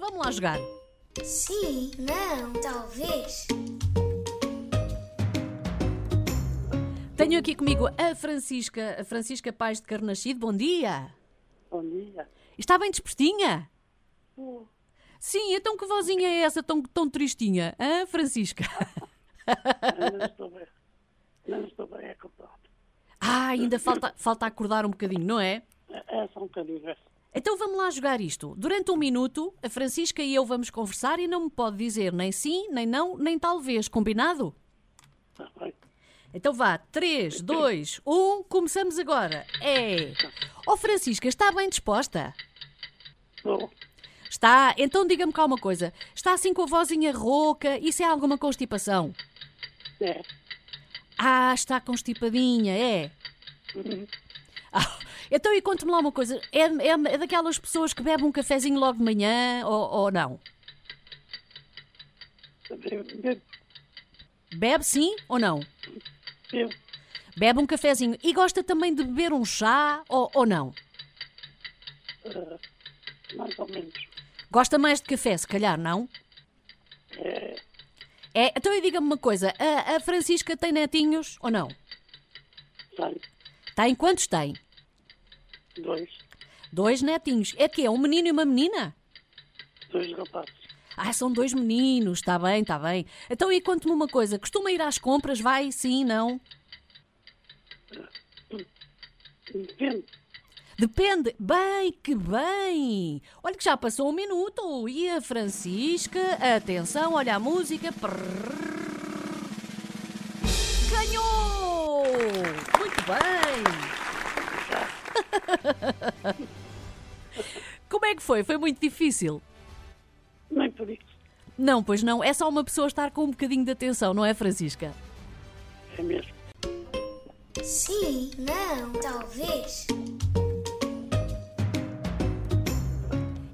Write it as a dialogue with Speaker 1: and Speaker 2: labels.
Speaker 1: Vamos lá jogar.
Speaker 2: Sim, não, talvez.
Speaker 1: Tenho aqui comigo a Francisca, a Francisca Paz de Carnascido. Bom dia.
Speaker 3: Bom dia.
Speaker 1: Está bem despertinha? Sim, então que vozinha é essa tão, tão tristinha? Hã, Francisca?
Speaker 3: Não estou bem. Não estou bem acordado.
Speaker 1: Ah, ainda falta, falta acordar um bocadinho, não é?
Speaker 3: É é só um bocadinho. é.
Speaker 1: Então vamos lá jogar isto. Durante um minuto, a Francisca e eu vamos conversar e não me pode dizer nem sim, nem não, nem talvez, combinado?
Speaker 3: Está Tá bem.
Speaker 1: Então vá, 3, 2, 1, começamos agora. É. Oh Francisca, está bem disposta?
Speaker 3: Estou.
Speaker 1: Está. Então diga-me cá uma coisa. Está assim com a vozinha rouca? Isso é alguma constipação?
Speaker 3: É.
Speaker 1: Ah, está constipadinha, é? Ah, então e conte-me lá uma coisa. É, é- é daquelas pessoas que bebem um cafezinho logo de manhã ou, ou não?
Speaker 3: Bebo, bebo,
Speaker 1: Bebe sim ou não?
Speaker 3: bebo.
Speaker 1: Bebe um cafezinho e gosta também de beber um chá ou, ou não?
Speaker 3: Mais ou menos.
Speaker 1: Gosta mais de café, se calhar, não? É. então e diga-me uma coisa: a, a Francisca tem netinhos ou não?
Speaker 3: Tenho
Speaker 1: Tem quantos tem?
Speaker 3: dois,
Speaker 1: Dois netinhos. É que é um menino e uma menina?
Speaker 3: dois rapazes.
Speaker 1: Ah, são dois meninos, está bem, está bem. Então e conte-me uma coisa: costuma ir às compras? Vai, sim, não?
Speaker 3: Depende.
Speaker 1: Depende. Bem, que bem! Olha que já passou um minuto. E a Francisca, atenção, olha a música. Prrrr. Ganhou! Muito bem! Como é que foi? Foi muito difícil?
Speaker 3: Nem por isso.
Speaker 1: Não, pois não. É só uma pessoa estar com um bocadinho de atenção, não é, Francisca?
Speaker 3: É mesmo.
Speaker 2: Sim, não, talvez.